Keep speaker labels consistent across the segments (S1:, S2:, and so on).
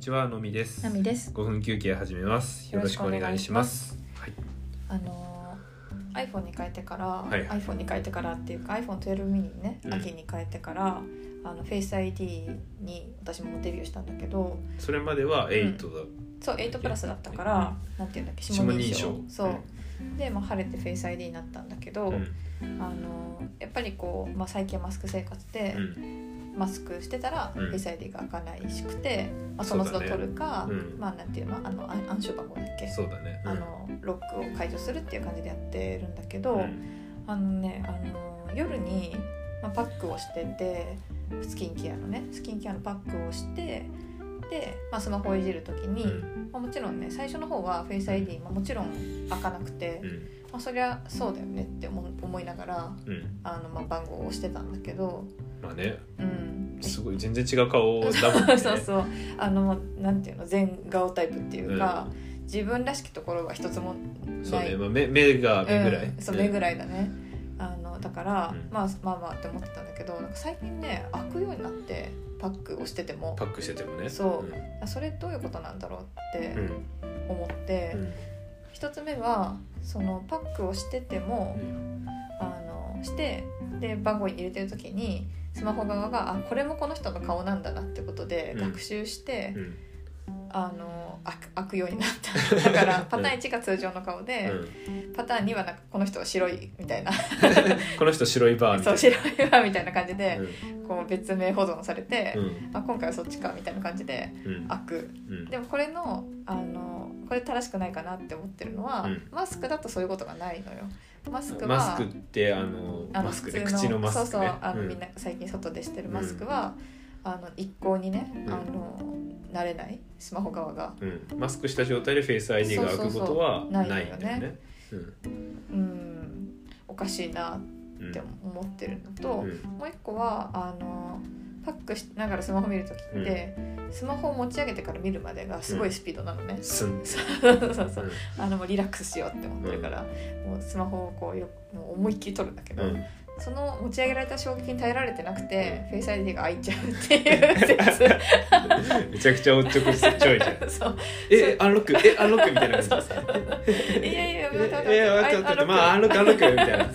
S1: ちはのみです
S2: ナミです
S1: 5分休憩始めますよろしくお願いします
S2: あのー iPhone に変えてから、
S1: い
S2: iPhone に変えてからっていうか iPhone12 ミニにね、
S1: うん
S2: 秋に変えてからあの Face ID に私もデビューしたんだけど
S1: それまでは8だ、
S2: そう8プラスだったからなんていうんだっけ
S1: 指
S2: 指
S1: 紋
S2: 紋
S1: 認
S2: 認
S1: 証
S2: 証そうで、まあ、晴れて Face ID になったんだけど、
S1: うん
S2: あのーやっぱりこう、まあ、最近はマスク生活で
S1: う、ん
S2: マスクしてたら
S1: うん
S2: Face ID が開かないしくて、まあ、
S1: そ
S2: そう
S1: だ
S2: の
S1: ね
S2: 都度取るか、
S1: うん
S2: まあなんていうのあのあ暗証番号だっけ
S1: そうだね
S2: あのロックを解除するっていう感じでやってるんだけ
S1: う
S2: ど、
S1: んうん
S2: あのねあの夜に、まあ、パックをしててスキンケアのねスキンケアのパックをしてで、まあ、スマホをいじる時に、
S1: うん
S2: まあ、もちろんね最初の方はフェイス ID ももちろん開かなくて、
S1: うん
S2: まあ、そりゃそうだよねって思思いながら
S1: うん
S2: あの、まあ、番号を押してたんだけど、
S1: まあね
S2: うん、
S1: すごい全然違う顔だもんね
S2: そうそうあのなんていうの全顔タイプっていうか、自分らしきところが一つも
S1: そう
S2: ない
S1: ね、まあ、目目が目ぐらい、
S2: うん、そう目ぐ
S1: い
S2: らいだねあのだか
S1: う
S2: ら、
S1: ん
S2: まあまあまあって思ってたんだけどなんか最近ね開くようになってパックをしてても
S1: パックしててもね
S2: そうあそれどういうことなんだろうって
S1: うん、うん
S2: 思って、
S1: うん
S2: 一つ目はそのパックをしてても、あのしてで番号に入れてる時にスマホ側があこれもこの人の顔なんだなってことで
S1: うん
S2: 学習して、
S1: うん
S2: あの開く開くようになっただからパターン1が通常の顔で、
S1: うん
S2: パターン2はなんかこの人は白いみたいな
S1: この人白いバーみた
S2: そ
S1: いうな
S2: 白いわみたいな感じで、
S1: う
S2: こう別名保存されて、
S1: ん
S2: あ今回はそっちかみたいな感じで
S1: うんうん
S2: 開く
S1: うん
S2: でもこれのあのこれ正しくないかなって思ってるのは、
S1: うん
S2: マスクだとそういうことがないのよマスクは
S1: マスクってあの
S2: あの
S1: マスクで
S2: 普通
S1: 口のマスクね
S2: そうそうあの、
S1: うん
S2: みんな最近外でしてるマスクは、あの一向にね、
S1: うん
S2: あの慣れないスマホ側が、
S1: うん、マスクした状態でフェイス ID が開くことは
S2: そうそうそう
S1: な
S2: ないい
S1: ん
S2: よ
S1: だ
S2: ね
S1: よね。うん
S2: うんおかしいな
S1: うん
S2: って思ってるのと、
S1: うん
S2: もう一個はあのパックしながらスマホ見る時って、スマホを持ち上げてから見るまでがすごいスピードなのね、
S1: すん
S2: そうそうそう
S1: うん
S2: あのもうリラックスしようって思ってるから、もうスマホをこうよもう思いっきり撮るんだけど、
S1: うん
S2: その持ち上げられた衝撃に耐えられてなくて、フェイス ID が開いちゃうってい う
S1: めちゃくちゃおっちょこちょいじゃん
S2: 説 そう
S1: えアンロックえアンロックみたいな
S2: そ
S1: 感
S2: う
S1: じ
S2: そういやいや
S1: え
S2: 待って待って
S1: え待って待ってまあアンロックアンロックみたいな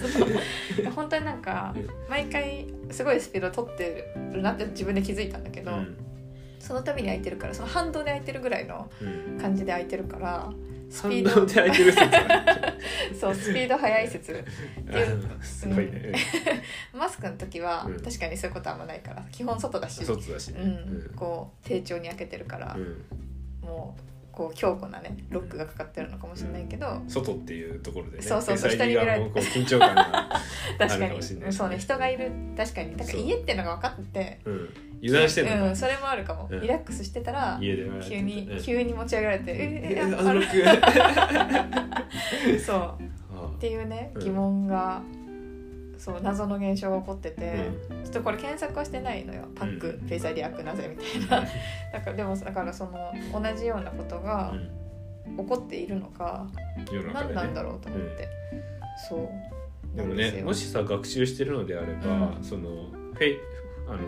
S2: そう本当になんか
S1: うん
S2: 毎回すごいスピード撮ってるなって自分で気づいたんだけど、
S1: うん
S2: その度に開いてるからその反動で開いてるぐらいの
S1: うん
S2: 感じで開いてるからスピ
S1: 反
S2: ー
S1: 応
S2: ド
S1: で開いてる説
S2: そうスピード速 い説
S1: あすごいね
S2: マスクの時は
S1: うん
S2: 確かにそういうことあんまないから基本外だし、う
S1: 外だしね
S2: ん、こう丁重に開けてるから、
S1: うんうん
S2: もうこう強固なねロックがかかってるのかもしれないけど、
S1: 外っていうところでね
S2: そうそうそう
S1: フェイス ID
S2: 人に見ら
S1: が
S2: れ
S1: もうこう緊張感が
S2: 確
S1: ある
S2: か
S1: か
S2: に
S1: もしれない
S2: そうね人がいる確かにだか
S1: そ
S2: ら
S1: う
S2: 家っていうのが分かってて
S1: うん油断してる
S2: う
S1: の
S2: ん、
S1: か
S2: それもあるかも、
S1: うん
S2: リラックスしてたら
S1: 家でやられてて
S2: 急に
S1: うん
S2: 急に持ち上げられて「ええ
S1: え
S2: え
S1: ア
S2: あ
S1: ンロック
S2: るそう」
S1: あ
S2: っていうね
S1: うん
S2: 疑問が、そう謎の現象が起こってて、
S1: う
S2: ちょっとこれ検索はしてないのよパック、
S1: うん
S2: フェイス ID 開くなぜみたいなだからでもだからその同じようなことが
S1: ん
S2: 起こっているのか、
S1: 世の中
S2: 何
S1: で
S2: なん
S1: ね
S2: だろうと思って、そう
S1: でも
S2: なん
S1: ね
S2: すよ
S1: もしさ学習してるのであれば、
S2: うん
S1: そのフェイあの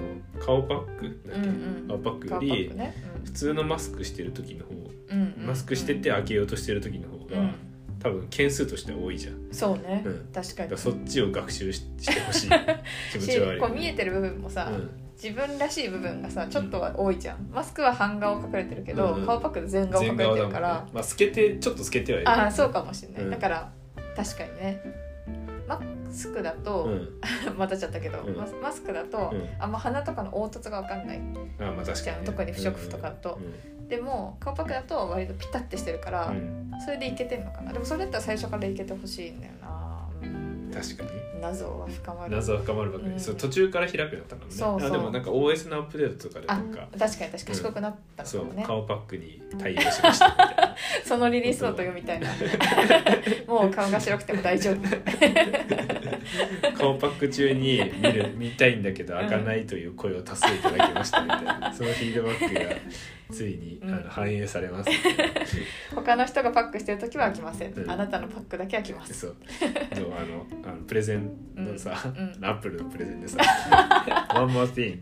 S1: 顔パックだっけ、
S2: うんうん
S1: 顔パックよ
S2: 顔パッ
S1: り
S2: クね、うん
S1: 普通のマスクしてる時の方、
S2: うんうん
S1: マスクしてて開けようとしてる時の方
S2: う
S1: が、
S2: ん、
S1: 多分件数としては多いじゃん
S2: そうね、
S1: うん
S2: 確か
S1: だか
S2: に
S1: らそっちを学習ししてほ しい気持ち
S2: し
S1: 悪い
S2: こう見えてる部分もさ、
S1: うん
S2: 自分らしい部分がさちょっとは多いじゃん、マスクは半顔隠れてるけど、
S1: うんうん
S2: 顔パックで全顔隠
S1: 全
S2: れ
S1: 顔
S2: て
S1: だも
S2: る
S1: んね
S2: から、
S1: まあ透けてちょっと透けてはいる
S2: ああそうかもしれない、
S1: うん
S2: だから確かにねマスクだ
S1: う
S2: と、
S1: ん
S2: またちゃったけど、
S1: うん
S2: マスマスクだと、
S1: うん
S2: あんま鼻とかの凹凸が分かんない
S1: あーまあ確かに、ね、
S2: 特に不織布とかだとでも顔パックだと割とピタッてしてるから、
S1: うん、うん
S2: それでいけてんのかなでもそれだったら最初からいけてほしいんだよな、うん
S1: 確かに
S2: 謎は深まる
S1: 謎は深まるばかり、
S2: うん
S1: そう途中から開くようになったからね
S2: そうそう
S1: あでもなんか OS のアップデートとかでな
S2: あ
S1: んか
S2: 確かに確かに賢くなったの
S1: そ
S2: か
S1: う
S2: もね、
S1: 顔パックに対応しましたみたい な
S2: そのリリースノート読みたいなもう顔が白くても大丈夫
S1: 顔パック中に見る見たいんだけど開かないという声を多数いただきましたみたい なそのフィードバックがついに、
S2: う
S1: あ
S2: ん
S1: の反映されます
S2: 他の人がパックしてる時は開きません、
S1: うん
S2: あなたのパックだけ開きます
S1: そうでもあのあのプレゼンのさ、
S2: うんうん
S1: アップルのプレゼンでさ「One more thing」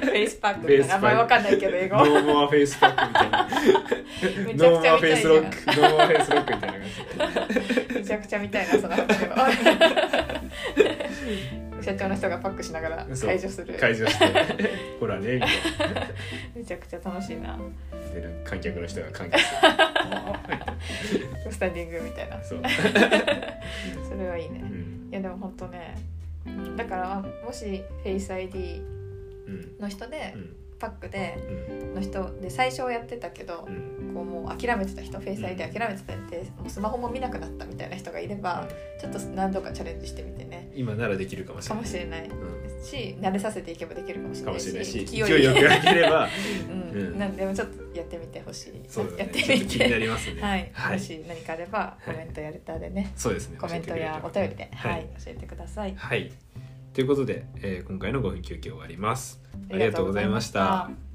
S2: フェイスパック
S1: フェイ
S2: みた
S1: ス
S2: い
S1: パ
S2: な
S1: ック
S2: 名前わかんないけど 英語
S1: ノーモアフェイスパックみたいな
S2: めちゃ
S1: ノ
S2: く
S1: ーモアフ
S2: ちゃ見た
S1: ェイス
S2: いじ
S1: ロ
S2: ゃ
S1: ックノーモアフェイスロックみたいな感じ
S2: んめちゃくちゃ見たいなその話を 社長の人がパックしながら解除する
S1: で解除して ほらねみたい
S2: めちゃくちゃ楽しい
S1: な
S2: な
S1: で観客の人が観客する
S2: スタンディングみたいな
S1: そう、
S2: それはいいうね
S1: ん
S2: いやでも本当ねうんだからもしフェイス ID
S1: うん
S2: の人で
S1: うん
S2: パックで
S1: うん
S2: の人で最初はやってたけど
S1: うん
S2: こうもう諦めてた人フェイス ID 諦めてたってもうスマホも見なくなったみたいな人がいればちょっと何度かチャレンジしてみてね
S1: 今ならできるかもし
S2: か
S1: れな
S2: も
S1: い
S2: しれない
S1: うん
S2: し慣れさせていけばできるかもしれ
S1: か
S2: な
S1: も
S2: い
S1: し
S2: し
S1: れないし
S2: 勢い
S1: 勢いよくなければ
S2: うん
S1: うん
S2: なんでもちょっとやってみてほしい、
S1: そうだ
S2: やっ
S1: ね
S2: て
S1: ちょっと
S2: み
S1: 気にな
S2: て
S1: りますね
S2: はい、
S1: はい
S2: もし何かあればコメントやレターでね、
S1: そうですね
S2: コメントやお便りで、
S1: は
S2: はいい教えてください
S1: はいということで、えー今回の5分休憩終わりますありがとうございました
S2: ありがとうございました